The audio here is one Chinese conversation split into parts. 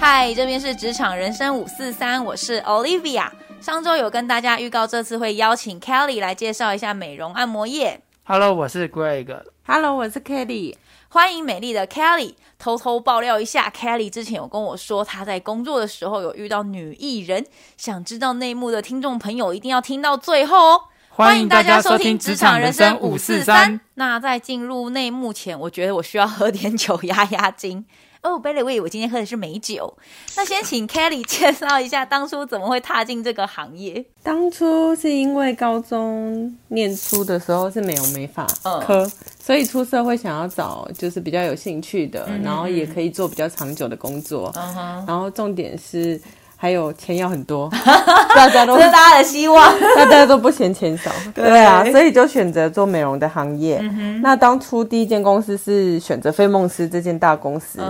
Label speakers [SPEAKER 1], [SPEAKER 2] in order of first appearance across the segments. [SPEAKER 1] 嗨，这边是职场人生五四三，我是 Olivia。上周有跟大家预告，这次会邀请 Kelly 来介绍一下美容按摩业。
[SPEAKER 2] Hello，我是 Greg。
[SPEAKER 3] Hello，我是 Kelly。
[SPEAKER 1] 欢迎美丽的 Kelly。偷偷爆料一下，Kelly 之前有跟我说，她在工作的时候有遇到女艺人。想知道内幕的听众朋友，一定要听到最后哦。
[SPEAKER 2] 欢迎大
[SPEAKER 1] 家
[SPEAKER 2] 家收听
[SPEAKER 1] 听
[SPEAKER 2] 《职场人生五四三》。。
[SPEAKER 1] 那在进入内幕前，我觉得我需要喝点酒压压惊。哦、b y the way，我今天喝的是美酒。那先请 Kelly 介绍一下当初怎么会踏进这个行业。
[SPEAKER 3] 当初是因为高中念书的时候是美容美发
[SPEAKER 1] 嗯
[SPEAKER 3] 科，所以出社会想要找就是比较有兴趣的，然后也可以做比较长久的工作。
[SPEAKER 1] 嗯
[SPEAKER 3] 然后重点是还有钱要很 多，大家都
[SPEAKER 1] 这是大家的希望。
[SPEAKER 3] 大家都不嫌钱少， 对嗯啊，所以就选择做美容的行业。那当初第一间公司是选择菲梦斯这间大公司，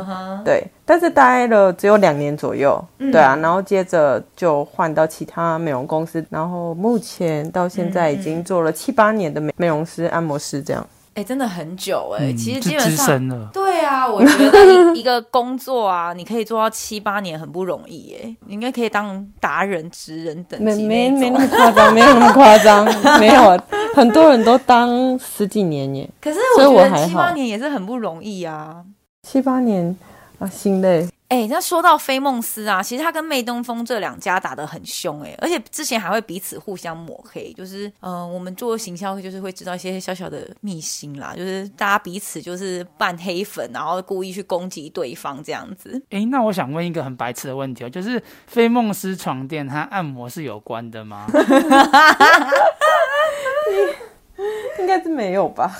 [SPEAKER 3] 对，但是待了只有两年左右，对啊，然后接着就换到其他美容公司，然后目前到现在已经做了七八年的美美容师、按摩师这样。
[SPEAKER 1] 哎、真的很久哎、
[SPEAKER 2] 嗯
[SPEAKER 1] 其实
[SPEAKER 2] 就
[SPEAKER 1] 基本
[SPEAKER 2] 资
[SPEAKER 1] 上。
[SPEAKER 2] 深了，
[SPEAKER 1] 对啊，我觉得一一个工作啊，你可以做到七八年很不容易耶，你应该可以当达人、职人等
[SPEAKER 3] 没
[SPEAKER 1] 级
[SPEAKER 3] 没
[SPEAKER 1] 那
[SPEAKER 3] 没那
[SPEAKER 1] 种。
[SPEAKER 3] 么夸张，没有那么夸张， 没有，很多人都当十几年耶，
[SPEAKER 1] 可是
[SPEAKER 3] 所以我
[SPEAKER 1] 我觉
[SPEAKER 3] 还
[SPEAKER 1] 得
[SPEAKER 3] 好
[SPEAKER 1] 七八年也是很不容易啊。
[SPEAKER 3] 七八年啊，心累。
[SPEAKER 1] 哎，那说到菲梦斯啊，其实他跟媚东风这两家打得很凶哎，而且之前还会彼此互相抹黑，就是嗯、呃我们做行销就是会知道一些小小的秘辛啦，就是大家彼此就是扮黑粉，然后故意去攻击对方这样子。
[SPEAKER 2] 诶，那我想问一个很白痴的问题哦，就是菲梦斯床垫和按摩是有关的吗？
[SPEAKER 3] 应该是没有 吧。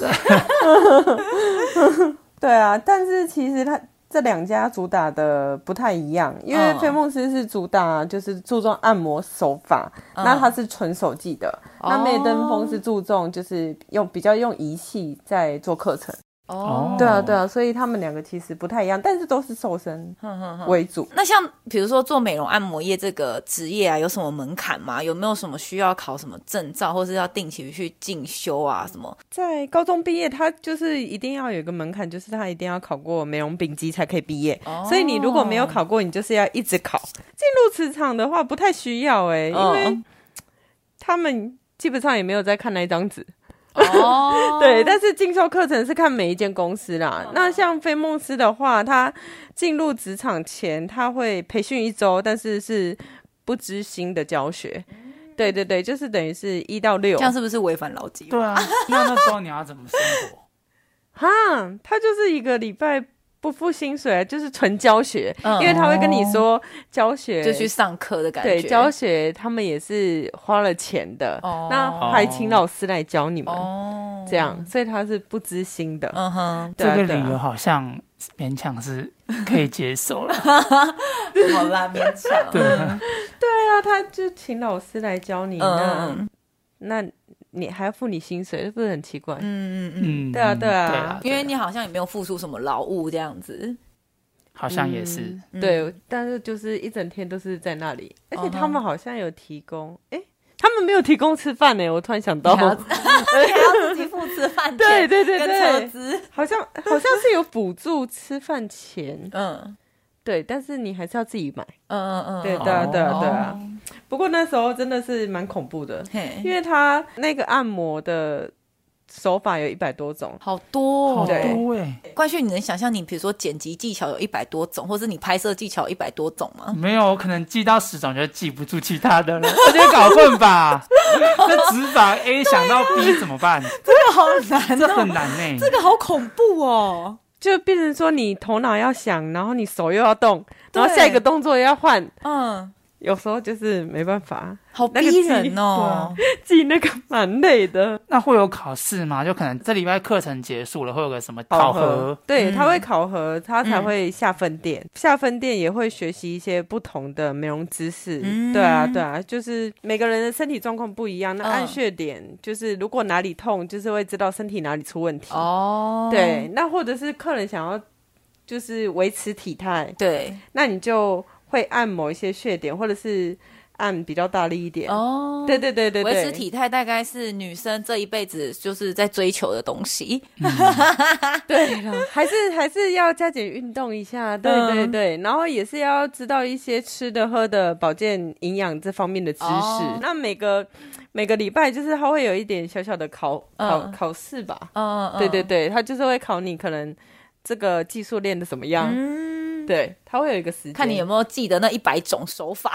[SPEAKER 3] 对啊，但是其实它这两家主打的不太一样，因为
[SPEAKER 1] 嗯
[SPEAKER 3] 菲梦斯是主打就是注重按摩手法，
[SPEAKER 1] 嗯
[SPEAKER 3] 那它是纯手技的；那媚登峰是注重就是用比较用仪器在做课程。
[SPEAKER 2] 哦
[SPEAKER 3] 对啊，对啊，所以他们两个其实不太一样，但是都是瘦身为主。
[SPEAKER 1] 那像比如说做美容按摩业这个职业啊，有什么门槛吗？有没有什么需要考什么证照，或是要定期去进修啊什么？
[SPEAKER 3] 在高中毕业，他就是一定要有一个门槛，就是他一定要考过美容丙级才可以毕业。所以你如果没
[SPEAKER 1] 哦
[SPEAKER 3] 有考过，你就是要一直考。进入职场的话，不太需要哎、因为
[SPEAKER 1] 嗯
[SPEAKER 3] 他们基本上也没有在看那一张纸。
[SPEAKER 1] 哦，
[SPEAKER 3] 对，但是进修课程是看每一间公司啦。那像菲梦斯的话，他进入职场前他会培训一周，但是是不知心的教学。
[SPEAKER 1] 嗯
[SPEAKER 3] 对对对，就是等于是一到六
[SPEAKER 1] 这样是不是违反劳基法？
[SPEAKER 2] 对啊，那那时候你要怎么生活？
[SPEAKER 3] 哈，他就是一个礼拜不付薪水，就是纯教学，
[SPEAKER 1] 嗯
[SPEAKER 3] 因为他会跟你说教学
[SPEAKER 1] 就去上课的感觉。
[SPEAKER 3] 对教学，他们也是花了钱的，
[SPEAKER 1] 哦
[SPEAKER 3] 那还请老师来教你们，
[SPEAKER 1] 哦，
[SPEAKER 3] 这样，所以他是不知心的。
[SPEAKER 1] 嗯 哼，
[SPEAKER 3] 对
[SPEAKER 2] 这
[SPEAKER 3] 啊
[SPEAKER 2] 个
[SPEAKER 3] 对啊
[SPEAKER 2] 理由好像勉强是可以接 受了。
[SPEAKER 1] 好啦，勉强。
[SPEAKER 2] 对，
[SPEAKER 3] 对啊，他就请老师来教你，
[SPEAKER 1] 嗯
[SPEAKER 3] 那那你还要付你薪水，是不是很奇怪？
[SPEAKER 1] 嗯嗯嗯，
[SPEAKER 2] 嗯，
[SPEAKER 3] 对啊
[SPEAKER 2] 嗯
[SPEAKER 3] 对啊
[SPEAKER 2] 对啊，
[SPEAKER 1] 因为你好像也没有付出什么劳务这样子。
[SPEAKER 2] 好像也是
[SPEAKER 3] 嗯，对，但是就是一整天都是在那里，
[SPEAKER 1] 哦
[SPEAKER 3] 而且他们好像有提供，哎、他们没有提供吃饭呢、我突然想到
[SPEAKER 1] 你， 还要你还要自己付吃饭钱，
[SPEAKER 3] 对对对
[SPEAKER 1] 跟车
[SPEAKER 3] 对
[SPEAKER 1] 资，，
[SPEAKER 3] 好像好像是有补助吃饭钱
[SPEAKER 1] 嗯
[SPEAKER 3] 对，但是你还是要自己买。
[SPEAKER 1] 嗯嗯嗯，
[SPEAKER 3] 对
[SPEAKER 1] 嗯
[SPEAKER 3] 对啊
[SPEAKER 2] 哦
[SPEAKER 3] 对啊对啊。不过那时候真的是蛮恐怖的，因
[SPEAKER 1] 嘿，
[SPEAKER 3] 为他那个按摩的手法有一百多种，
[SPEAKER 1] 好多
[SPEAKER 2] 好
[SPEAKER 1] 哦。
[SPEAKER 3] 对
[SPEAKER 2] 多哎，
[SPEAKER 1] 冠旭，你能想象你比如说剪辑技巧有一百多种，或是你拍摄技巧有一百多种 吗？
[SPEAKER 2] 没有，我可能记到十种就记不住其他的了， 我觉得搞混吧。那只把 A 想到 B 怎么办？
[SPEAKER 1] 这个好难
[SPEAKER 2] 这很难欸呢。
[SPEAKER 1] 这个好恐怖哦。
[SPEAKER 3] 就变成说你头脑要想，然后你手又要动，
[SPEAKER 1] 对
[SPEAKER 3] 然后下一个动作又要换，
[SPEAKER 1] 嗯，
[SPEAKER 3] 有时候就是没办法，
[SPEAKER 1] 好
[SPEAKER 3] 那个
[SPEAKER 1] 逼
[SPEAKER 3] 记
[SPEAKER 1] 人哦。
[SPEAKER 3] 记那个蛮累的。
[SPEAKER 2] 那会有考试吗？就可能这礼拜课程结束了，会有个什么考核？
[SPEAKER 3] 对，
[SPEAKER 1] 嗯
[SPEAKER 3] 他会考核，他才会下分店，下分店也会学习一些不同的美容知识。
[SPEAKER 1] 嗯
[SPEAKER 3] 对啊，对啊，就是每个人的身体状况不一样，那
[SPEAKER 1] 嗯
[SPEAKER 3] 按穴点、就是如果哪里痛，就是会知道身体哪里出问题。
[SPEAKER 1] 哦，
[SPEAKER 3] 对，那或者是客人想要就是维持体态，
[SPEAKER 1] 对，
[SPEAKER 3] 那你就会按某一些穴点，或者是按比较大力一点。
[SPEAKER 1] 哦，
[SPEAKER 3] 对对对对
[SPEAKER 1] 维
[SPEAKER 3] 对，
[SPEAKER 1] 持体态大概是女生这一辈子就是在追求的东西。
[SPEAKER 3] 对啦， 还是还是要加减运动一下，对
[SPEAKER 1] 嗯
[SPEAKER 3] 对对，然后也是要知道一些吃的、喝的、保健、营养这方面的知识。
[SPEAKER 1] 哦
[SPEAKER 3] 那每个每个礼拜就是它会有一点小小的考考、
[SPEAKER 1] 嗯
[SPEAKER 3] 考试吧，
[SPEAKER 1] 嗯，嗯
[SPEAKER 3] 对对，对，它就是会考你可能这个技术练的怎么样，
[SPEAKER 1] 嗯，
[SPEAKER 3] 对，它会有一个时间，
[SPEAKER 1] 看你有没有记得那一百种手 法。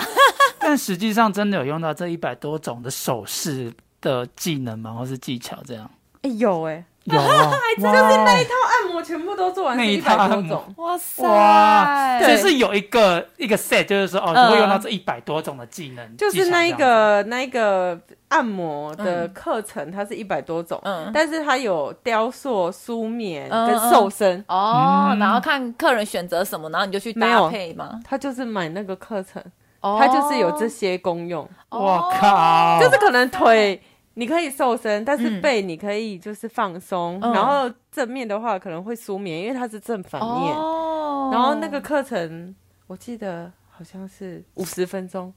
[SPEAKER 2] 但实际上真的有用到这一百多种的手势的技能吗，或是技巧这 样？
[SPEAKER 3] 哎有哎、
[SPEAKER 2] 有啊，哇，
[SPEAKER 3] 那一套按摩全部都做完
[SPEAKER 2] 那
[SPEAKER 3] 是
[SPEAKER 2] 一
[SPEAKER 3] 一百
[SPEAKER 2] 套
[SPEAKER 3] 多
[SPEAKER 2] 按摩
[SPEAKER 3] 种，
[SPEAKER 1] 哇塞
[SPEAKER 2] 哇，所以
[SPEAKER 3] 对
[SPEAKER 2] 是有一个一个 set，就是说哦，
[SPEAKER 1] 嗯
[SPEAKER 2] 你会用到这一百多种的技能，
[SPEAKER 3] 就是那一
[SPEAKER 2] 技巧这样子。
[SPEAKER 3] 个那一个按摩的课程，它是一百多种，
[SPEAKER 1] 嗯
[SPEAKER 3] 但是它有雕塑、舒眠
[SPEAKER 1] 嗯
[SPEAKER 3] 跟瘦身，
[SPEAKER 1] 哦，
[SPEAKER 2] 嗯
[SPEAKER 1] 然后看客人选择什么，然后你就去
[SPEAKER 3] 没
[SPEAKER 1] 搭
[SPEAKER 3] 有
[SPEAKER 1] 配嘛。
[SPEAKER 3] 它就是买那个课程，
[SPEAKER 1] 哦，
[SPEAKER 3] 它就是有这些功用，
[SPEAKER 2] 我靠，
[SPEAKER 3] 就是可能腿。你可以瘦身，但是背你可以就是放松，
[SPEAKER 1] 嗯
[SPEAKER 3] 然后正面的话可能会舒眠，因为它是正反面。
[SPEAKER 1] 哦，
[SPEAKER 3] 然后那个课程我记得好像是五十分钟，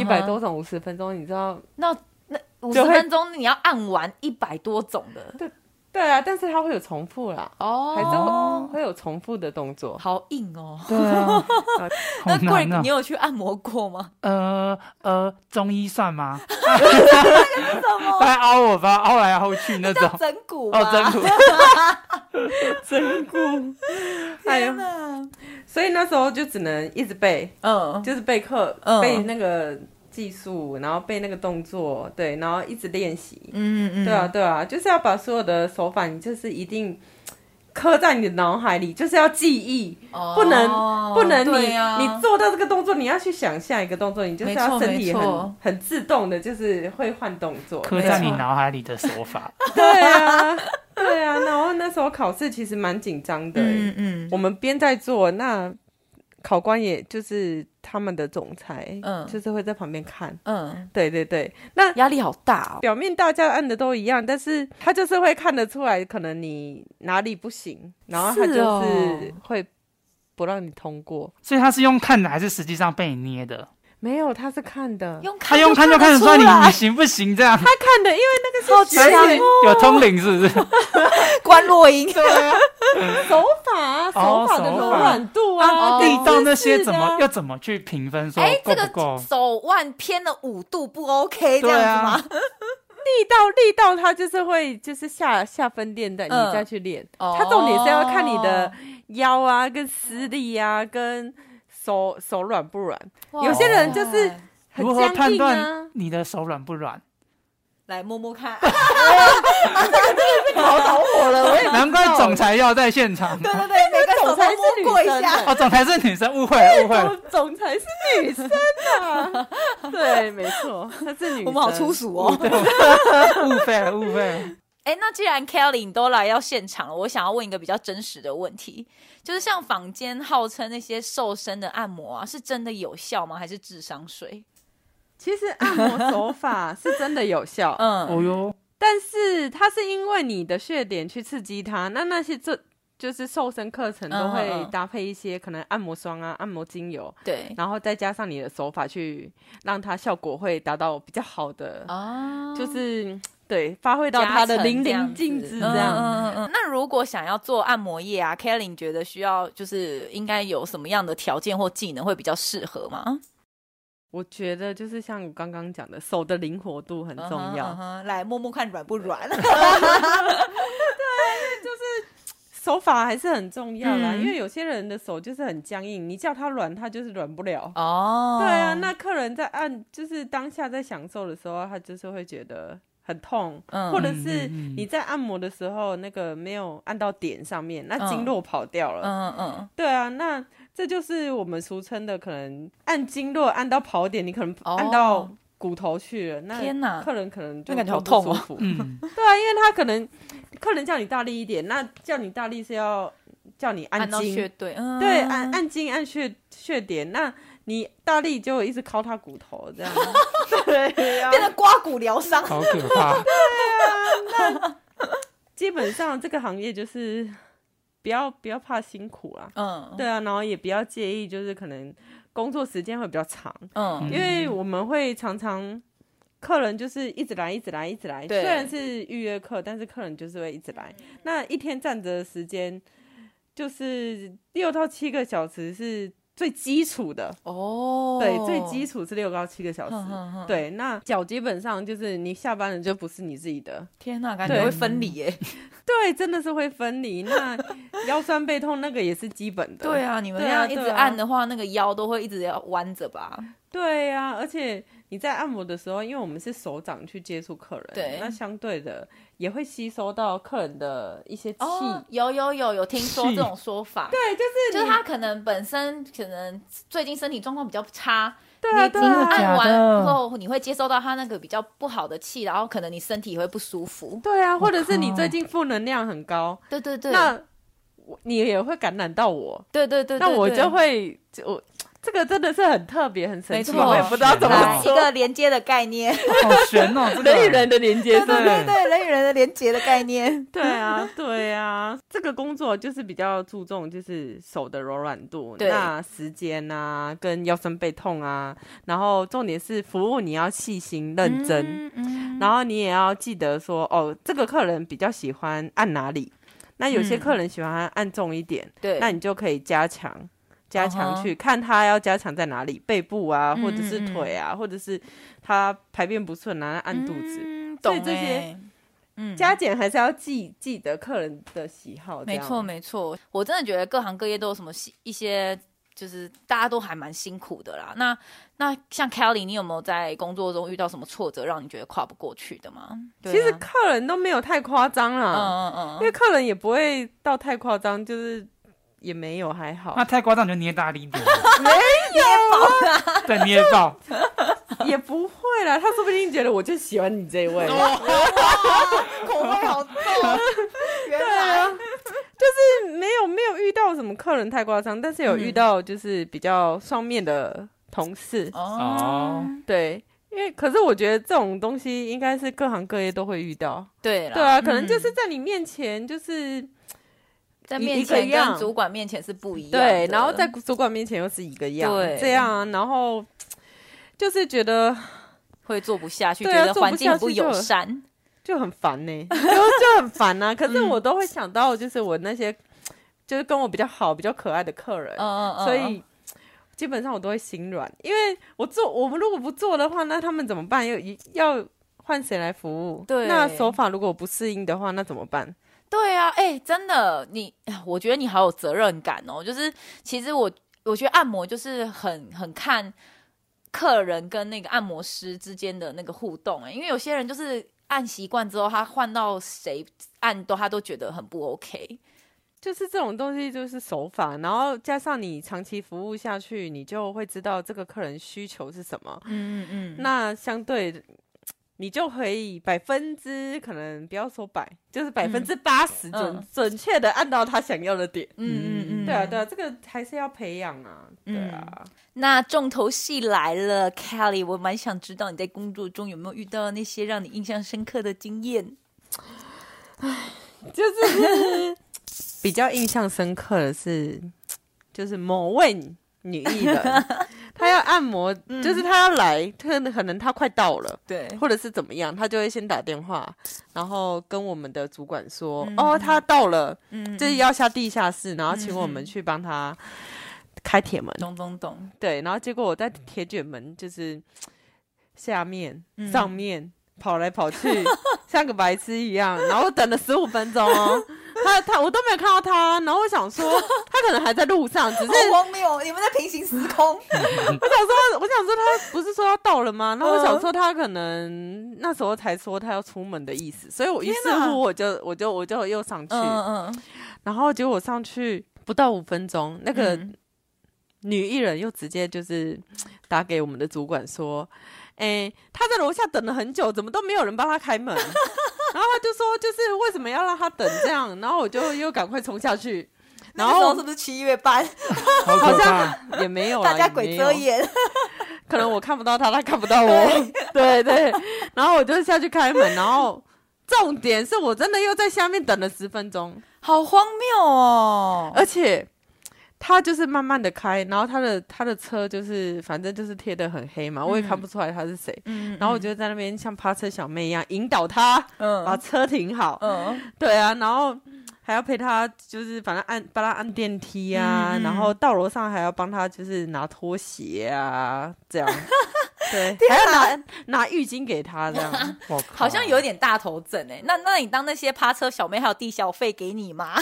[SPEAKER 3] 一百、
[SPEAKER 1] 嗯哼
[SPEAKER 3] 多种五十分钟，你知道
[SPEAKER 1] 那那五十
[SPEAKER 3] 就会
[SPEAKER 1] 分钟你要按完一百多种的
[SPEAKER 3] 对啊，但是它会有重复啦，
[SPEAKER 1] 哦，
[SPEAKER 3] 还是会,、会有重复的 动作。
[SPEAKER 1] 好硬哦。
[SPEAKER 2] 对啊，好
[SPEAKER 1] 那
[SPEAKER 2] 难
[SPEAKER 1] Greg，
[SPEAKER 2] 啊
[SPEAKER 1] 你。有去按摩过 吗？
[SPEAKER 2] 呃呃，中医算吗？ 他还凹我吧，凹来凹去那种。
[SPEAKER 1] 整骨
[SPEAKER 3] 啊
[SPEAKER 2] 哦，
[SPEAKER 1] 吗
[SPEAKER 2] 真 苦。
[SPEAKER 3] 真酷，哎呦！所以那时候就只能一直背，
[SPEAKER 1] 嗯，
[SPEAKER 3] 就是备课，
[SPEAKER 1] 嗯
[SPEAKER 3] 背那个技术，然后背那个动作，对，然后一直练习。
[SPEAKER 1] 嗯嗯，
[SPEAKER 3] 对啊，对啊，就是要把所有的手法，你就是一定刻在你的脑海里，就是要记忆，
[SPEAKER 1] 哦
[SPEAKER 3] 不能不能
[SPEAKER 1] 对
[SPEAKER 3] 你、
[SPEAKER 1] 啊
[SPEAKER 3] 你做到这个动作，你要去想下一个动作，你就是
[SPEAKER 1] 没错
[SPEAKER 3] 要身体
[SPEAKER 1] 没
[SPEAKER 3] 很
[SPEAKER 1] 错
[SPEAKER 3] 很自动的，就是会换动作。啊
[SPEAKER 2] 刻在你脑海里的手法。
[SPEAKER 3] 对啊， 对啊。然后那时候考试其实蛮紧张的欸、
[SPEAKER 1] 嗯嗯
[SPEAKER 3] 我们边在做，那考官也就是他们的总裁，
[SPEAKER 1] 嗯
[SPEAKER 3] 就是会在旁边看。
[SPEAKER 1] 嗯，
[SPEAKER 3] 对对对，那
[SPEAKER 1] 压力好大哦。
[SPEAKER 3] 表面大家按的都一样，但是他就是会看得出来，可能你哪里不行，然后他
[SPEAKER 1] 是
[SPEAKER 3] 就
[SPEAKER 1] 哦
[SPEAKER 3] 是会不让你通过。
[SPEAKER 2] 所以他是用看的，还是实际上被你捏的？
[SPEAKER 3] 没有，他是看的，
[SPEAKER 1] 用
[SPEAKER 2] 他用看就看
[SPEAKER 1] 看得
[SPEAKER 2] 得出
[SPEAKER 1] 出
[SPEAKER 2] 来你你
[SPEAKER 1] 来，
[SPEAKER 2] 行不行这样？
[SPEAKER 3] 他看的，因为那个是
[SPEAKER 1] 好
[SPEAKER 3] 学
[SPEAKER 1] 强
[SPEAKER 2] 是
[SPEAKER 1] 哦
[SPEAKER 2] 有通灵是不是？
[SPEAKER 1] 关洛英，
[SPEAKER 2] 对啊，
[SPEAKER 3] 手法、啊，手法的柔软度啊，
[SPEAKER 1] 哦
[SPEAKER 2] 力道那些
[SPEAKER 3] 姿势
[SPEAKER 2] 怎么
[SPEAKER 3] 啊
[SPEAKER 2] 要怎么去评分？说
[SPEAKER 1] 哎，
[SPEAKER 2] 够
[SPEAKER 1] 这
[SPEAKER 2] 不够
[SPEAKER 1] 个？手腕偏了五度不 OK 这
[SPEAKER 2] 对
[SPEAKER 1] 样子
[SPEAKER 2] 啊
[SPEAKER 1] 吗？，
[SPEAKER 3] 力道力道，他就是会就是下下分店的，
[SPEAKER 1] 嗯
[SPEAKER 3] 你再去练。
[SPEAKER 1] 哦
[SPEAKER 3] 他重点是要看你的腰啊，跟施力啊，跟手手软不软，
[SPEAKER 1] 哇
[SPEAKER 3] 有些人就是
[SPEAKER 1] 塞
[SPEAKER 3] 很
[SPEAKER 2] 如何
[SPEAKER 3] 僵
[SPEAKER 2] 判
[SPEAKER 3] 硬啊
[SPEAKER 2] 断。你的手软不软？
[SPEAKER 1] 来摸摸 看，
[SPEAKER 3] 考倒我了，我也
[SPEAKER 2] 难怪总裁要在现场。
[SPEAKER 1] 对对对，每个手都
[SPEAKER 3] 总裁是女
[SPEAKER 1] 摸过一
[SPEAKER 3] 生
[SPEAKER 1] 下。
[SPEAKER 2] 哦，总裁是女生，误会了误会 了。
[SPEAKER 3] 总总裁是女生啊， 对，没错，她是女生。
[SPEAKER 1] 我们好粗俗哦！
[SPEAKER 2] 误会了，误会了。
[SPEAKER 1] 哎，那既然 Kelly 你都来到现场了，我想要问一个比较真实的问题，就是像坊间号称那些瘦身的按摩啊，是真的有效吗？还是智商税？
[SPEAKER 3] 其实按摩手法是真的有效，
[SPEAKER 2] 哦
[SPEAKER 1] 嗯，
[SPEAKER 2] 哟，
[SPEAKER 3] 但是它是因为你的血点去刺激它，那那些这就是瘦身课程都
[SPEAKER 1] 嗯
[SPEAKER 3] 会
[SPEAKER 1] 嗯嗯
[SPEAKER 3] 搭配一些可能按摩霜啊、按摩精油，
[SPEAKER 1] 对
[SPEAKER 3] 然后再加上你的手法去让它效果会达到比较好的，
[SPEAKER 1] 啊，
[SPEAKER 3] 就是对发挥到它的
[SPEAKER 1] 加成
[SPEAKER 3] 淋
[SPEAKER 1] 这样
[SPEAKER 3] 漓
[SPEAKER 1] 子
[SPEAKER 3] 尽致
[SPEAKER 1] 嗯
[SPEAKER 3] 这样。
[SPEAKER 1] 嗯嗯嗯那如果想要做按摩业啊，Kelly 你觉得需要就是应该有什么样的条件或技能会比较适合吗？
[SPEAKER 3] 我觉得就是像我刚刚讲的，手的灵活度很重要。
[SPEAKER 1] 嗯哼嗯哼来摸摸看软不 软？
[SPEAKER 3] 手法还是很重要啦，
[SPEAKER 1] 嗯
[SPEAKER 3] 因为有些人的手就是很僵硬，你叫他软，他就是软不了。
[SPEAKER 1] 哦，
[SPEAKER 3] 对啊，那客人在按，就是当下在享受的时候，他就是会觉得很痛，
[SPEAKER 1] 嗯
[SPEAKER 3] 或者是
[SPEAKER 2] 嗯嗯嗯
[SPEAKER 3] 你在按摩的时候，那个没有按到点上面，那
[SPEAKER 1] 嗯
[SPEAKER 3] 经络跑掉了。
[SPEAKER 1] 嗯嗯
[SPEAKER 3] 对啊，那这就是我们俗称的可能按经络按到跑点，你可能
[SPEAKER 1] 哦
[SPEAKER 3] 按到骨头去了，那
[SPEAKER 1] 天哪
[SPEAKER 3] 客人可能就
[SPEAKER 1] 那感觉好
[SPEAKER 3] 会不
[SPEAKER 1] 痛哦
[SPEAKER 3] 舒服
[SPEAKER 2] 嗯，
[SPEAKER 3] 对啊，因为 他可能客人叫你大力一点，那叫你大力是要叫你
[SPEAKER 1] 嗯，
[SPEAKER 3] 按
[SPEAKER 1] 按到
[SPEAKER 3] 筋，
[SPEAKER 1] 穴对，嗯，
[SPEAKER 3] 对，按按筋按穴穴点，那你大力就一直敲他骨头 这样，对啊
[SPEAKER 1] 变，成刮骨疗伤。
[SPEAKER 2] 好可怕。
[SPEAKER 3] 基本上这个行业就是不要不要怕辛苦啊，
[SPEAKER 1] 嗯，
[SPEAKER 3] 对啊，然后也不要介意，就是可能工作时间会比较长，
[SPEAKER 1] 嗯，
[SPEAKER 3] 因为我们会常常客人就是一直来，一直来，一直来。
[SPEAKER 1] 对
[SPEAKER 3] 虽然是预约课，但是客人就是会一直来。那一天站着的时间就是六到七个小时是最基础的，
[SPEAKER 1] 哦，嗯
[SPEAKER 3] 对，最基础是六到七个小时。
[SPEAKER 1] 哼哼哼
[SPEAKER 3] 对，那脚基本上就是你下班了就不是你自己的，
[SPEAKER 1] 天呐，感觉会分离耶。
[SPEAKER 3] 嗯对，真的是会分离。那 腰酸背痛那个也是基本的，
[SPEAKER 1] 对啊，你们那
[SPEAKER 3] 对啊
[SPEAKER 1] 样一直
[SPEAKER 3] 对啊
[SPEAKER 1] 按的话，那个腰都会一直要弯着吧？
[SPEAKER 3] 对呀、而且你在按摩的时候，因为我们是手掌去接触客人，
[SPEAKER 1] 对
[SPEAKER 3] 那相对的也会吸收到客人的一些气。
[SPEAKER 1] 哦，有有有有听说
[SPEAKER 2] 气
[SPEAKER 1] 这种说法，
[SPEAKER 3] 对，就是
[SPEAKER 1] 就是
[SPEAKER 3] 你
[SPEAKER 1] 他可能本身可能最近身体状况比较差，
[SPEAKER 3] 对啊
[SPEAKER 1] 你
[SPEAKER 3] 对
[SPEAKER 1] 你
[SPEAKER 3] 啊
[SPEAKER 1] 按
[SPEAKER 2] 真的假的
[SPEAKER 1] 完后你会接收到他那个比较不好的气，然后可能你身体也会不舒服。
[SPEAKER 3] 对啊，或者是你
[SPEAKER 2] 靠
[SPEAKER 3] 最近负能量很高，
[SPEAKER 1] 对对对，
[SPEAKER 3] 那我你也会感染到我，
[SPEAKER 1] 对对对，
[SPEAKER 3] 那
[SPEAKER 1] 对
[SPEAKER 3] 我
[SPEAKER 1] 对
[SPEAKER 3] 就会就我这个真的是很特别很神
[SPEAKER 1] 没
[SPEAKER 3] 奇，
[SPEAKER 1] 错
[SPEAKER 3] 我也不知道怎
[SPEAKER 1] 来
[SPEAKER 3] 么
[SPEAKER 1] 一
[SPEAKER 3] 说。
[SPEAKER 1] 个连接的概念，
[SPEAKER 2] 好悬哦，这个
[SPEAKER 3] 人与人的连接，
[SPEAKER 1] 对对对对，人与人的连接的概念。
[SPEAKER 3] 对啊，对啊，这个工作就是比较注重就是手的柔软度，
[SPEAKER 1] 对
[SPEAKER 3] 那时间啊，跟腰酸背痛啊，然后重点是服务你要细心认真，
[SPEAKER 1] 嗯
[SPEAKER 3] 然后你也要记得说哦，这个客人比较喜欢按哪里，那有些客人喜欢按重一点，
[SPEAKER 1] 嗯对，
[SPEAKER 3] 那你就可以加强。加
[SPEAKER 1] 嗯
[SPEAKER 3] 强
[SPEAKER 1] 哼
[SPEAKER 3] 去看他要加强在哪里，背部啊，或者
[SPEAKER 1] 嗯嗯
[SPEAKER 3] 是
[SPEAKER 1] 嗯
[SPEAKER 3] 腿啊，或者是他排便不顺啊，按肚子。
[SPEAKER 1] 嗯
[SPEAKER 3] 所
[SPEAKER 1] 懂
[SPEAKER 3] 以这些
[SPEAKER 1] 欸嗯
[SPEAKER 3] 加减还是要记记得客人的喜好，哦这
[SPEAKER 1] 没
[SPEAKER 3] 样
[SPEAKER 1] 错，没错，我真的觉得各行各业都有什么辛一些，就是大家都还蛮辛苦的啦。那那像 Kelly，你有没有在工作中遇到什么挫折，让你觉得跨不过去的吗？对啊
[SPEAKER 3] 其实客人都没有太夸张
[SPEAKER 1] 嗯
[SPEAKER 3] 啦，
[SPEAKER 1] 嗯嗯
[SPEAKER 3] 因为客人也不会到太夸张，就是也没有还好
[SPEAKER 1] 啊
[SPEAKER 2] 那，太夸张你就捏大力一点，没有，捏爆 啊，对，捏
[SPEAKER 3] 也不会啦。他说不定觉得我就喜欢你这 一位，
[SPEAKER 1] 哦嗯，口味好重，原来
[SPEAKER 3] 啊是没有没有遇到什么客人太夸张，但是有遇到就是比较双面的同事，
[SPEAKER 2] 爆
[SPEAKER 1] 哦，
[SPEAKER 2] 哦，
[SPEAKER 3] 对。因为，可是我觉得这种东西应该是各行各业都会遇到，
[SPEAKER 1] 对了，
[SPEAKER 3] 对啊，可能
[SPEAKER 1] 嗯
[SPEAKER 3] 就是在你面前，就是、
[SPEAKER 1] 在
[SPEAKER 3] 一
[SPEAKER 1] 面
[SPEAKER 3] 一个
[SPEAKER 1] 前跟
[SPEAKER 3] 样
[SPEAKER 1] 主管面前是不一样的，
[SPEAKER 3] 对，然后在主管面前又是一个样，
[SPEAKER 1] 对
[SPEAKER 3] 这样啊，然后就是觉得
[SPEAKER 1] 会做不下去，觉
[SPEAKER 3] 对啊
[SPEAKER 1] 得
[SPEAKER 3] 做不
[SPEAKER 1] 环境
[SPEAKER 3] 下
[SPEAKER 1] 不
[SPEAKER 3] 去
[SPEAKER 1] 友
[SPEAKER 3] 就
[SPEAKER 1] 善，
[SPEAKER 3] 就很 烦呢、就就很烦啊。可是
[SPEAKER 1] 嗯
[SPEAKER 3] 我都会想到，就是我那些就是跟我比较好、比较可爱的客人，
[SPEAKER 1] 嗯嗯嗯，
[SPEAKER 3] 所以基本上我都会心软，因为我做我们如果不做的话，那他们怎么办？又要换谁来服务？
[SPEAKER 1] 对
[SPEAKER 3] 那手法如果我不适应的话，那怎么办？
[SPEAKER 1] 对啊，哎、真的，你， 哎我觉得你好有责任感哦。就是其实我，我觉得按摩就是很很看客人跟那个按摩师之间的那个互动、哎，因为有些人就是按习惯之后，他换到谁按都他都觉得很不 OK。
[SPEAKER 3] 就是这种东西，就是手法，然后加上你长期服务下去，你就会知道这个客人需求是什么。
[SPEAKER 1] 嗯嗯嗯，
[SPEAKER 3] 那相对你就可以百分之可能不要说百，就是百分之八十准、
[SPEAKER 1] 嗯
[SPEAKER 3] 准确的按到他想要的点。
[SPEAKER 1] 嗯嗯嗯，
[SPEAKER 3] 对啊，对啊，这个还是要培养啊。对啊，
[SPEAKER 1] 那重头戏来了，Kelly，我蛮想知道你在工作中有没有遇到那些让你印象深刻的经验。
[SPEAKER 3] 就是比较印象深刻的是，就是某位女艺 人，她要按摩，就是她要来，可能可能她快到了。
[SPEAKER 1] 对
[SPEAKER 3] 或者是怎么样，他就会先打电话，然后跟我们的主管说，哦，他到了，就是要下地下室，然后请我们去帮他开铁门，
[SPEAKER 1] 懂懂懂，
[SPEAKER 3] 对，然后结果我在铁卷门就是下面、上面跑来跑去，像个白痴一样，然后我等了十五分钟哦，他他我都没有看到他，然后我想说他可能还在路上， 只是
[SPEAKER 1] 荒谬！你们在平行时空。
[SPEAKER 3] 我想说，我想说他不是说要到了吗？然 后我
[SPEAKER 1] 嗯
[SPEAKER 3] 想说他可能那时候才说他要出门的意思，所以我于是
[SPEAKER 1] 天哪
[SPEAKER 3] 乎我就我就我就又上去，
[SPEAKER 1] 嗯嗯，
[SPEAKER 3] 然后结果我上去不到五分钟，那个
[SPEAKER 1] 嗯
[SPEAKER 3] 女艺人又直接就是打给我们的主管说，哎、她在楼下等了很久，怎么都没有人帮她开门？ 然后他就说，就是为什么要让她等这样？然后我就又赶快冲下去，然后
[SPEAKER 1] 不是七月班？
[SPEAKER 2] 好
[SPEAKER 3] 好
[SPEAKER 2] 可怕
[SPEAKER 3] 像，也没有啦，啊
[SPEAKER 1] 大家
[SPEAKER 3] 也没
[SPEAKER 1] 鬼
[SPEAKER 3] 有
[SPEAKER 1] 遮眼，
[SPEAKER 3] 可能我看不到他，他看不到我。 对对，然后我就下去开门，然后 重点是我真的又在下面等了十分钟，
[SPEAKER 1] 好荒谬哦！
[SPEAKER 3] 而且他就是慢慢的开，然后他的他的车就是反正就是贴的很黑嘛，我也看不出来他是谁。
[SPEAKER 1] 嗯
[SPEAKER 3] 然后我就在那边像趴车小妹一样引导他，把
[SPEAKER 1] 嗯
[SPEAKER 3] 车停好。
[SPEAKER 1] 嗯，
[SPEAKER 3] 对啊，然后还要陪他，就是反正按帮他按电梯啊，
[SPEAKER 1] 嗯嗯
[SPEAKER 3] 然后到楼上还要帮他就是拿拖鞋啊，这样。对，还要拿 拿浴巾给他这样。
[SPEAKER 2] 我靠
[SPEAKER 1] 好像有点大头症哎、那那你当那些趴车小妹还有递小费给你吗？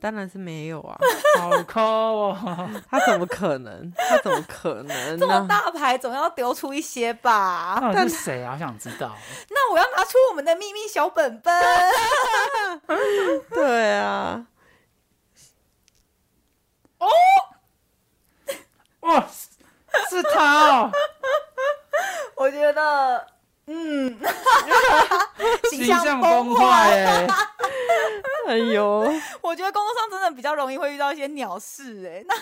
[SPEAKER 3] 当然是没有啊，
[SPEAKER 2] 好抠哦，
[SPEAKER 3] 他怎么可能？他怎么可能
[SPEAKER 1] 这么
[SPEAKER 3] 呢？
[SPEAKER 1] 大牌总要留出一些吧。
[SPEAKER 2] 到底是谁啊？好想知道。
[SPEAKER 1] 那我要拿出我们的秘密小本本。
[SPEAKER 3] 对啊，
[SPEAKER 2] 哇，是是他哦，
[SPEAKER 1] 我觉得，嗯，
[SPEAKER 2] 形
[SPEAKER 1] 形
[SPEAKER 2] 象
[SPEAKER 1] 象崩
[SPEAKER 2] 崩坏
[SPEAKER 1] 坏。
[SPEAKER 2] 哎、
[SPEAKER 3] 哎呦，
[SPEAKER 1] 我觉得工作上真的比较容易会遇到一些鸟事、哎，那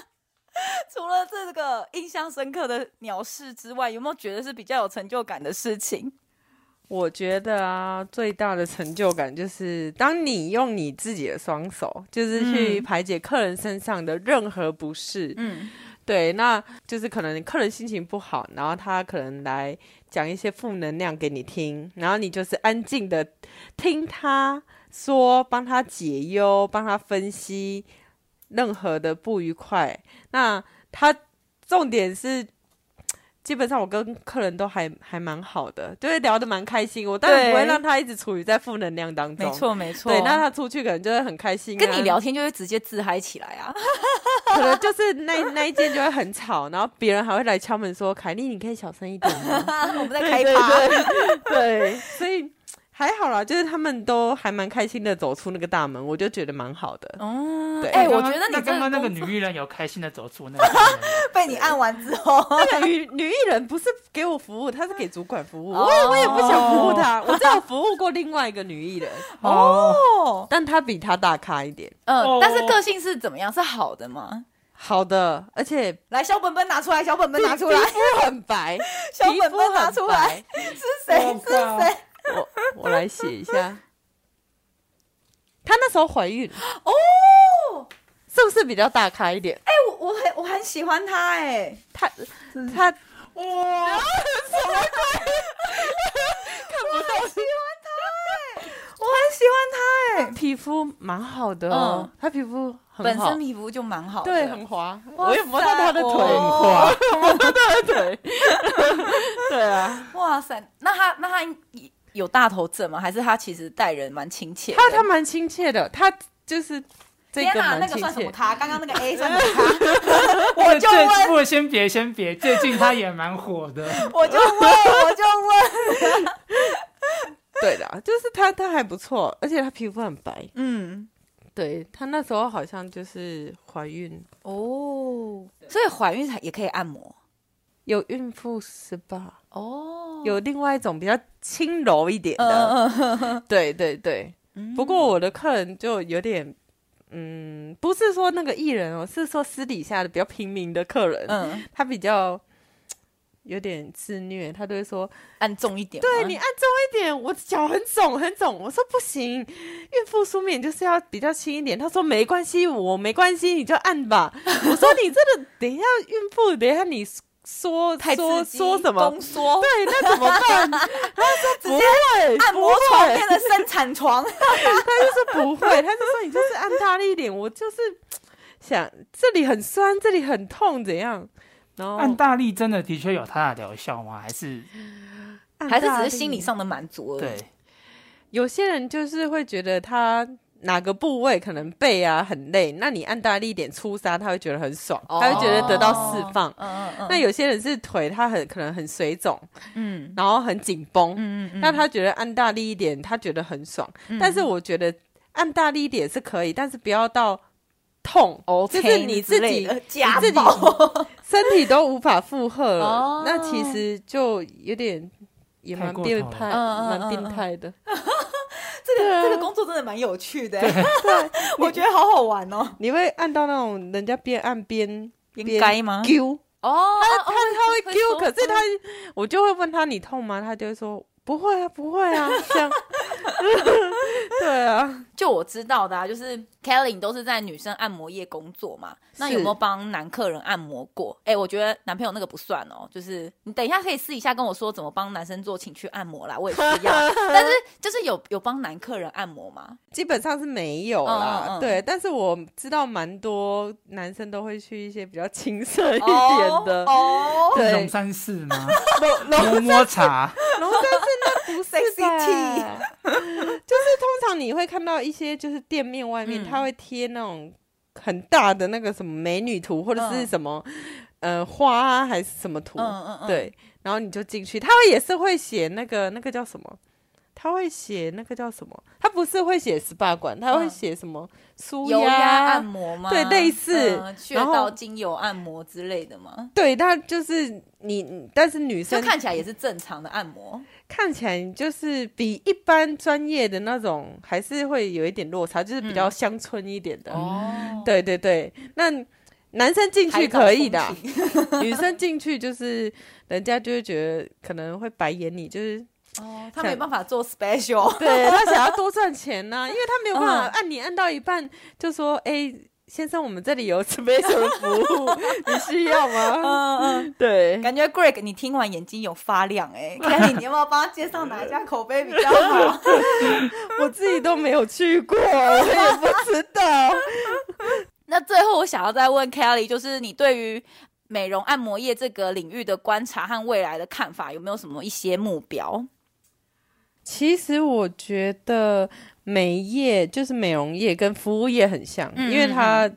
[SPEAKER 1] 除了这个印象深刻的鸟事之外，有没有觉得是比较有成就感的事情？
[SPEAKER 3] 我觉得啊，最大的成就感就是当你用你自己的双手，就是去排解客人身上的任何不适。
[SPEAKER 1] 嗯
[SPEAKER 3] 对，那就是可能客人心情不好，然后他可能来讲一些负能量给你听，然后你就是安静的听他说，帮他解忧，帮他分析任何的不愉快。那他重点是。基本上我跟客人都还还蛮好的，就是聊得蛮开心。我当然
[SPEAKER 1] 对
[SPEAKER 3] 不会让他一直处于在负能量当中，
[SPEAKER 1] 没。错没错。
[SPEAKER 3] 对，那他出去可能就会很开心、啊，
[SPEAKER 1] 跟你聊天就会直接自嗨起来啊！
[SPEAKER 3] 可能就是那那一间就会很吵，然后别人还会来敲门说：“凯莉，你可以小声一点吗
[SPEAKER 1] 我们在？”
[SPEAKER 3] 对
[SPEAKER 1] 开
[SPEAKER 3] 对
[SPEAKER 1] 趴，
[SPEAKER 3] 对，对所以还好啦，就是他们都还蛮开心的走出那个大门，我就觉得蛮好的。
[SPEAKER 1] 哦
[SPEAKER 3] 对
[SPEAKER 1] 哎、
[SPEAKER 2] 刚
[SPEAKER 1] 我
[SPEAKER 2] 刚
[SPEAKER 1] 觉得你
[SPEAKER 2] 那
[SPEAKER 1] 这
[SPEAKER 2] 刚刚那个
[SPEAKER 1] 工
[SPEAKER 2] 女艺人有开心的走出那个大门吗，
[SPEAKER 1] 被你按完之后，
[SPEAKER 3] 那个女女艺人不是给我服务，她是给主管服务，
[SPEAKER 1] 哦
[SPEAKER 3] 我也我也不想服务她， 我只有服务过另外一个女艺 人，
[SPEAKER 2] 哦，
[SPEAKER 1] 哦，
[SPEAKER 3] 但她比她大咖一点。
[SPEAKER 1] 嗯、
[SPEAKER 2] 哦
[SPEAKER 1] 但是个性是怎么样？是好的吗？
[SPEAKER 3] 好的，而且
[SPEAKER 1] 来，小本本拿出来，小本本拿出来
[SPEAKER 3] 皮，肤很 白，
[SPEAKER 1] 小
[SPEAKER 3] 皮
[SPEAKER 1] 本
[SPEAKER 3] 肤
[SPEAKER 1] 本拿
[SPEAKER 3] 很
[SPEAKER 1] 出
[SPEAKER 3] 白
[SPEAKER 1] 来，是谁？
[SPEAKER 2] 我
[SPEAKER 1] 是
[SPEAKER 2] 靠
[SPEAKER 1] 谁？
[SPEAKER 3] 我我来写一下。她那时候怀孕
[SPEAKER 1] 哦，
[SPEAKER 3] 是不是比较大咖一点？
[SPEAKER 1] 哎、我我很我很喜欢他哎、
[SPEAKER 3] 她她
[SPEAKER 2] 哇，
[SPEAKER 1] 我很喜欢他哎、我很喜欢他哎、
[SPEAKER 3] 皮肤蛮好的哦
[SPEAKER 1] 嗯，
[SPEAKER 3] 她皮肤很
[SPEAKER 1] 本
[SPEAKER 3] 好
[SPEAKER 1] 身，皮肤就蛮好的，
[SPEAKER 3] 对，很滑。
[SPEAKER 1] 哇
[SPEAKER 3] 我也摸到她的腿，
[SPEAKER 1] 塞
[SPEAKER 2] 变
[SPEAKER 1] 哦
[SPEAKER 2] 化，
[SPEAKER 3] 她 的腿。对啊，
[SPEAKER 1] 哇塞，那他那他应有大头症吗？还是他其实待人蛮亲切的？
[SPEAKER 3] 她她蛮亲切的，她就是这
[SPEAKER 1] 天
[SPEAKER 3] 个
[SPEAKER 1] 哪，那
[SPEAKER 3] 蛮
[SPEAKER 1] 个
[SPEAKER 3] 亲
[SPEAKER 1] 算什么
[SPEAKER 3] 切。
[SPEAKER 1] 咖？刚刚 那个 A 算什么咖？
[SPEAKER 2] 我
[SPEAKER 1] 就问
[SPEAKER 2] 不先别先别，最近他也蛮火的，
[SPEAKER 1] 我就问，我就问，
[SPEAKER 3] 对的，就是她她还不错，而且她皮肤很白。
[SPEAKER 1] 嗯，
[SPEAKER 3] 对她那时候好像就是怀孕，
[SPEAKER 1] 哦，所以怀孕才也可以按摩
[SPEAKER 3] 有孕妇是吧？
[SPEAKER 1] 哦，
[SPEAKER 3] 有另外一种比较轻柔一点
[SPEAKER 1] 嗯
[SPEAKER 3] 的，
[SPEAKER 1] 嗯嗯
[SPEAKER 3] 对对对，不过我的客人就有点，嗯，不是说那个艺人哦，是说私底下的比较平民的客人，
[SPEAKER 1] 嗯，
[SPEAKER 3] 他比较有点自虐，他都会说，
[SPEAKER 1] 按重一点吗，
[SPEAKER 3] 对你按重一点，我脚很肿很肿，我说不行，孕妇舒眠就是要比较轻一点，他说没关系，我没关系，你就按吧，我说你这个等一下孕妇，等一下你 说
[SPEAKER 1] 太
[SPEAKER 3] 说
[SPEAKER 1] 刺激
[SPEAKER 3] 说什么？
[SPEAKER 1] 宫缩，
[SPEAKER 3] 对，那怎么 办？他说
[SPEAKER 1] 直
[SPEAKER 3] 不
[SPEAKER 1] 接
[SPEAKER 3] 会，
[SPEAKER 1] 按摩
[SPEAKER 3] 不会
[SPEAKER 1] 床变成生产 床，
[SPEAKER 3] 他就是不会，他就说你就是按大力一点，我就是想这里很酸，这里很痛，怎样？然
[SPEAKER 1] 哦
[SPEAKER 3] 后
[SPEAKER 2] 按大力真的的确有它的疗效吗？还是
[SPEAKER 3] 按
[SPEAKER 1] 还是
[SPEAKER 3] 大
[SPEAKER 1] 只
[SPEAKER 3] 力
[SPEAKER 1] 是心理。上的满足而已？
[SPEAKER 2] 对，
[SPEAKER 3] 有些人就是会觉得他哪个部位可能背啊很累，那你按大力一点出痧，他会觉得很爽，
[SPEAKER 1] 哦
[SPEAKER 3] 他会觉得得到释放。
[SPEAKER 1] 嗯嗯嗯，
[SPEAKER 3] 那有些人是腿，他很可能很水肿，
[SPEAKER 1] 嗯
[SPEAKER 3] 然后很紧绷，
[SPEAKER 1] 嗯嗯
[SPEAKER 3] 那他觉得按大力一点，他觉得很爽。但是我觉得按大力一点是可以，但是不要到痛
[SPEAKER 1] ，OK，
[SPEAKER 3] 就是你自己
[SPEAKER 1] 呃家
[SPEAKER 3] 自己
[SPEAKER 1] 暴，
[SPEAKER 3] 身体都无法负荷了，
[SPEAKER 1] 哦
[SPEAKER 3] 那其实就有点也蛮变
[SPEAKER 2] 太过
[SPEAKER 3] 态，
[SPEAKER 1] 头了嗯嗯嗯
[SPEAKER 3] 蛮变态的。
[SPEAKER 1] 这
[SPEAKER 3] 对
[SPEAKER 1] 个
[SPEAKER 3] 啊
[SPEAKER 1] 这个工作真的蛮有趣的，
[SPEAKER 3] 对，
[SPEAKER 1] 我觉得好好玩哦。
[SPEAKER 3] 你会按到那种人家边按边
[SPEAKER 1] 边该吗
[SPEAKER 3] 揪，
[SPEAKER 1] 哦，
[SPEAKER 3] 他他他会嗯揪，
[SPEAKER 1] 揪，
[SPEAKER 3] 可是他
[SPEAKER 1] 嗯
[SPEAKER 3] 我就会问他你 痛吗？他就会说不会啊，不会啊，这样。对啊，
[SPEAKER 1] 就就我知道的啊，就是 Kelly 都是在女生按摩业工作嘛，那有没有帮男客人按摩过？哎、我觉得男朋友那个不算哦，就是你等一下可以私底下跟我说怎么帮男生做情趣按摩啦，我也需要。 但是就是有有帮男客人按摩吗？
[SPEAKER 3] 基本上是没有啦，
[SPEAKER 1] 嗯嗯嗯
[SPEAKER 3] 对。但是我知道蛮多男生都会去一些比较青涩一点的，
[SPEAKER 1] 哦
[SPEAKER 3] 对
[SPEAKER 2] 龙山寺 吗？
[SPEAKER 3] 龙龙
[SPEAKER 2] 摸摸茶，
[SPEAKER 3] 龙山寺那不是
[SPEAKER 1] Sexy
[SPEAKER 3] 吧 就是通常你会看到一些就是店面外面，
[SPEAKER 1] 嗯
[SPEAKER 3] 他会贴那种很大的那个什么美女图或者是
[SPEAKER 1] 嗯
[SPEAKER 3] 什么、呃花啊还是什么图，
[SPEAKER 1] 嗯嗯嗯，
[SPEAKER 3] 对，然后你就进去，他会也是会写那个那个叫什么？他会写那个叫什么？他不是会写 SPA 馆，他会
[SPEAKER 1] 嗯
[SPEAKER 3] 写什么舒
[SPEAKER 1] 油压
[SPEAKER 3] 压
[SPEAKER 1] 按摩吗？
[SPEAKER 3] 对类似
[SPEAKER 1] 嗯穴
[SPEAKER 3] 然后
[SPEAKER 1] 道精油按摩之类的吗？
[SPEAKER 3] 对，他就是你，但是女
[SPEAKER 1] 就
[SPEAKER 3] 生
[SPEAKER 1] 看起来也是正常的按摩，
[SPEAKER 3] 看起来就是比一般专业的那种还是会有一点落差，就是比较乡村一点的。
[SPEAKER 1] 嗯哦，
[SPEAKER 3] 对对对，那男生进去可以的啊， 女生进去就是人家就会觉得可能会白眼你，就是
[SPEAKER 1] 哦，他没办法做 special，
[SPEAKER 3] 对他想要多赚钱啊呐、因为他没有办
[SPEAKER 1] 嗯
[SPEAKER 3] 法按你按到一半就说，哎、先生，我们这里有 special 服 务，你需要吗？
[SPEAKER 1] 嗯嗯，
[SPEAKER 3] 对，
[SPEAKER 1] 感觉 Greg 你听完眼睛有发亮 哎、看 Kelly 你要不要帮他介绍哪一家口碑比较好？
[SPEAKER 3] 我自己都没有去过，我也不知道。
[SPEAKER 1] 那最后我想要再问 Kelly，就是你对于美容按摩业这个领域的观察和未来的看法，有没有什么一些目标？
[SPEAKER 3] 其实我觉得美业就是美容业跟服务业很像，
[SPEAKER 1] 嗯
[SPEAKER 3] 因为它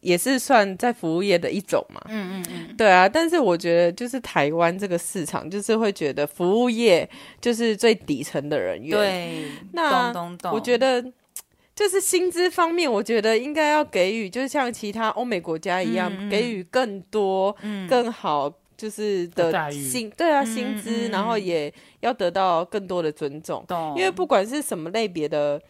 [SPEAKER 3] 也是算在服务业的一种嘛。
[SPEAKER 1] 嗯嗯嗯，
[SPEAKER 3] 对啊，但是我觉得就是台湾这个市场，就是会觉得服务业就是最底层的人员。，
[SPEAKER 1] 对，懂
[SPEAKER 3] 那
[SPEAKER 1] 懂懂，
[SPEAKER 3] 我觉得就是薪资方面，我觉得应该要给予，就像其他欧美国家一样，
[SPEAKER 1] 嗯嗯
[SPEAKER 3] 给予更多、
[SPEAKER 1] 嗯
[SPEAKER 3] 更好。就是
[SPEAKER 2] 的待
[SPEAKER 3] 的
[SPEAKER 2] 遇
[SPEAKER 3] 薪，对啊，
[SPEAKER 1] 嗯
[SPEAKER 3] 薪资，
[SPEAKER 1] 嗯嗯
[SPEAKER 3] 然后也要得到更多的尊重。
[SPEAKER 1] 懂，
[SPEAKER 3] 因为不管是什么类别的，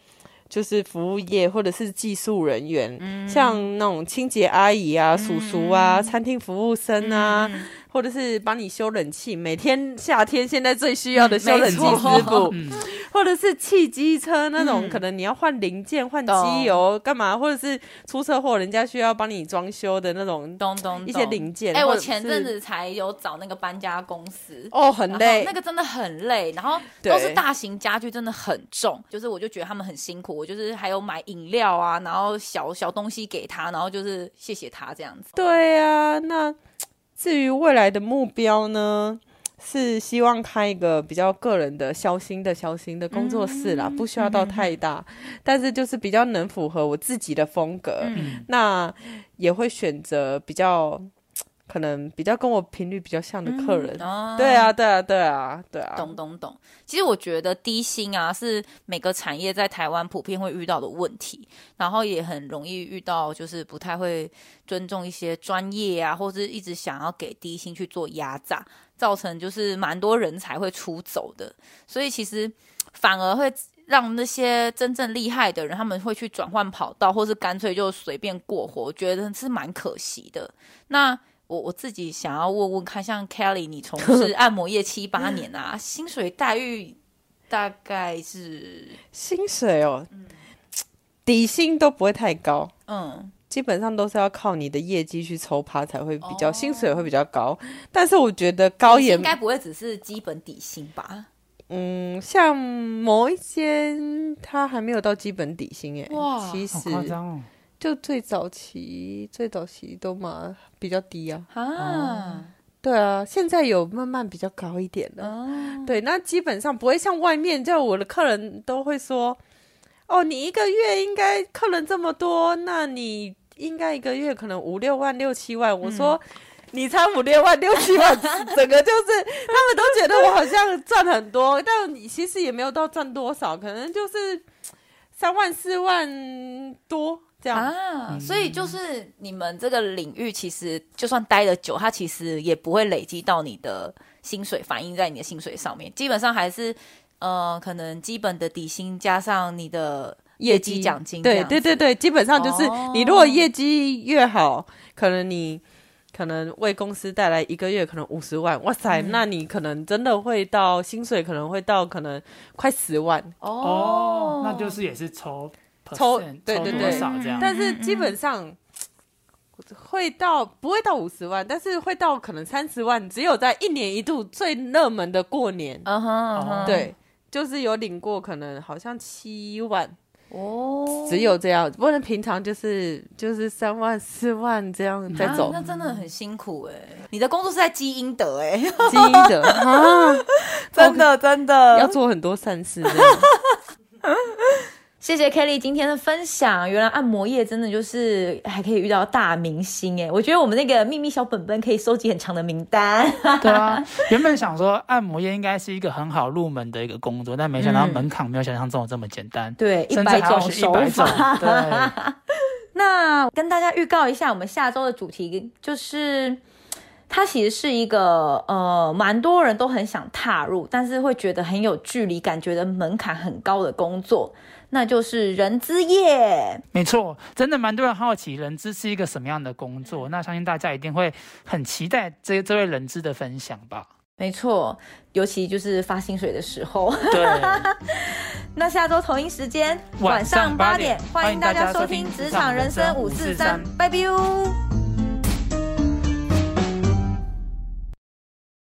[SPEAKER 3] 就是服务业或者是技术人员，
[SPEAKER 1] 嗯
[SPEAKER 3] 像那种清洁阿姨啊、叔叔啊、餐厅服务生啊，
[SPEAKER 1] 嗯
[SPEAKER 3] 或者是帮你修冷气，每天夏天现在最需要的修冷气
[SPEAKER 1] 嗯没错
[SPEAKER 3] 师傅，
[SPEAKER 2] 嗯，
[SPEAKER 3] 或者是汽机车那种，
[SPEAKER 1] 嗯
[SPEAKER 3] 可能你要换零件、换
[SPEAKER 1] 懂
[SPEAKER 3] 机油干嘛，或者是出车祸人家需要帮你装修的那种
[SPEAKER 1] 懂懂
[SPEAKER 3] 一些
[SPEAKER 1] 懂
[SPEAKER 3] 零件。
[SPEAKER 1] 哎、
[SPEAKER 3] 或
[SPEAKER 1] 我
[SPEAKER 3] 者是
[SPEAKER 1] 前阵子才有找那个搬家公司。
[SPEAKER 3] 哦很
[SPEAKER 1] 然后
[SPEAKER 3] 累
[SPEAKER 1] 那，个真的很累，然后都是
[SPEAKER 3] 对
[SPEAKER 1] 大型家具，真的很重。就是我就觉得他们很辛苦，我就是还有买饮料啊，然后小小东西给他，然后就是谢谢他这样子。
[SPEAKER 3] 对呀、那至于未来的目标呢，是希望开一个比较个人的小型的小型的工作室
[SPEAKER 1] 嗯
[SPEAKER 3] 啦，不需要到太大，但是就是比较能符合我自己的风格。
[SPEAKER 1] 嗯
[SPEAKER 3] 那也会选择比较可能比较跟我频率比较像的客人。
[SPEAKER 1] 哦
[SPEAKER 3] 对啊，对啊，对啊，对啊，
[SPEAKER 1] 懂懂懂。其实我觉得低薪啊是每个产业在台湾普遍会遇到的问题，然后也很容易遇到就是不太会尊重一些专业啊，或是一直想要给低薪去做压榨，造成就是蛮多人才会出走的。所以其实反而会。让那些真正厉害的人，他们会去转换跑道，或是干脆就随便过活，我觉得是蛮可惜的。那我我自己想要问问看，像 Kelly，你从事按摩业七八年啊，薪水待遇大概是
[SPEAKER 3] 薪水哦，底薪都不会太高。
[SPEAKER 1] 嗯
[SPEAKER 3] 基本上都是要靠你的业绩去抽趴才会比较、
[SPEAKER 1] 哦
[SPEAKER 3] 薪水会比较高，但是我觉得高也
[SPEAKER 1] 应该不会只是基本底薪吧？
[SPEAKER 3] 嗯，像某一间它还没有到基本底薪哎、
[SPEAKER 1] 哇
[SPEAKER 3] 其
[SPEAKER 2] 好
[SPEAKER 3] 实
[SPEAKER 2] 夸张哦，
[SPEAKER 3] 就最早期最早期都嘛比较低啊，
[SPEAKER 1] 啊，
[SPEAKER 3] 对啊，现在有慢慢比较高一点的，
[SPEAKER 1] 嗯，
[SPEAKER 3] 对，那基本上不会像外面，就我的客人都会说，哦，你一个月应该客人这么多，那你应该一个月可能五六万、六七万。我说。你才五六万、六七万， 整个就是他们都觉得我好像赚很多，但你其实也没有到赚多少，可能就是三万、四万多这样。
[SPEAKER 1] 啊，所以就是你们这个领域，其实就算待的久，它其实也不会累积到你的薪水，反映在你的薪水上面。基本上还是呃，可能基本的底薪加上你的业绩奖金这
[SPEAKER 3] 对
[SPEAKER 1] 样子，
[SPEAKER 3] 对对对，基本上就是
[SPEAKER 1] 哦
[SPEAKER 3] 你如果业绩越好，可能你可能为公司带来一个月可能五十万，哇塞，
[SPEAKER 1] 嗯
[SPEAKER 3] 那你可能真的会到薪水可能会到可能快十万，
[SPEAKER 1] 哦
[SPEAKER 2] 哦，那就是也是抽
[SPEAKER 3] 抽
[SPEAKER 2] percent，
[SPEAKER 3] 对
[SPEAKER 2] 抽
[SPEAKER 3] 对
[SPEAKER 2] 多
[SPEAKER 3] 对
[SPEAKER 2] 少
[SPEAKER 1] 嗯
[SPEAKER 2] 这样？
[SPEAKER 3] 但是基本上会到不会到五十万，但是会到可能三十万，只有在一年一度最热门的过年，
[SPEAKER 1] 嗯哼嗯
[SPEAKER 2] 哦
[SPEAKER 1] 哼，
[SPEAKER 3] 对，就是有领过可能好像七万，
[SPEAKER 1] 哦，
[SPEAKER 3] 只有这样，不然平常就是就是三万四万这样在
[SPEAKER 1] 啊
[SPEAKER 3] 走，
[SPEAKER 1] 那真的很辛苦哎、你的工作是在积阴德 哎、
[SPEAKER 3] 基因的啊，
[SPEAKER 1] 真的真的
[SPEAKER 3] 要做很多善事这样。
[SPEAKER 1] 谢谢 Kelly 今天的分享。原来按摩业真的就是还可以遇到大明星哎，我觉得我们那个秘密小本本可以收集很长的名单。
[SPEAKER 2] 对啊， 原本想说按摩业应该是一个很好入门的一个工作，但没想到
[SPEAKER 1] 嗯
[SPEAKER 2] 门槛没有想象中的这么简单。
[SPEAKER 1] 对，一
[SPEAKER 2] 甚
[SPEAKER 1] 百
[SPEAKER 2] 至还要
[SPEAKER 1] 种
[SPEAKER 2] 学一
[SPEAKER 1] 手
[SPEAKER 2] 百种
[SPEAKER 1] 法。，
[SPEAKER 2] 对，
[SPEAKER 1] 那跟大家预告一下，我们下周的主题就是，它其实是一个呃，蛮多人都很想踏入，但是会觉得很有距离感，觉得门槛很高的工作，那就是人资业。
[SPEAKER 2] 没错，真的蛮多人好奇人资是一个什么样的工作。那相信大家一定会很期待这这位人资的分享 吧？
[SPEAKER 1] 没错，尤其就是发薪水的时候。
[SPEAKER 2] 对，
[SPEAKER 1] 那下周同一时间
[SPEAKER 2] 晚上
[SPEAKER 1] 八
[SPEAKER 2] 八点
[SPEAKER 1] 欢迎大家收
[SPEAKER 2] 欢迎
[SPEAKER 1] 听
[SPEAKER 2] 大家
[SPEAKER 1] 《
[SPEAKER 2] 收听
[SPEAKER 1] 职场人生
[SPEAKER 2] 职场人生
[SPEAKER 1] 五四
[SPEAKER 2] 543
[SPEAKER 1] 三》，拜拜。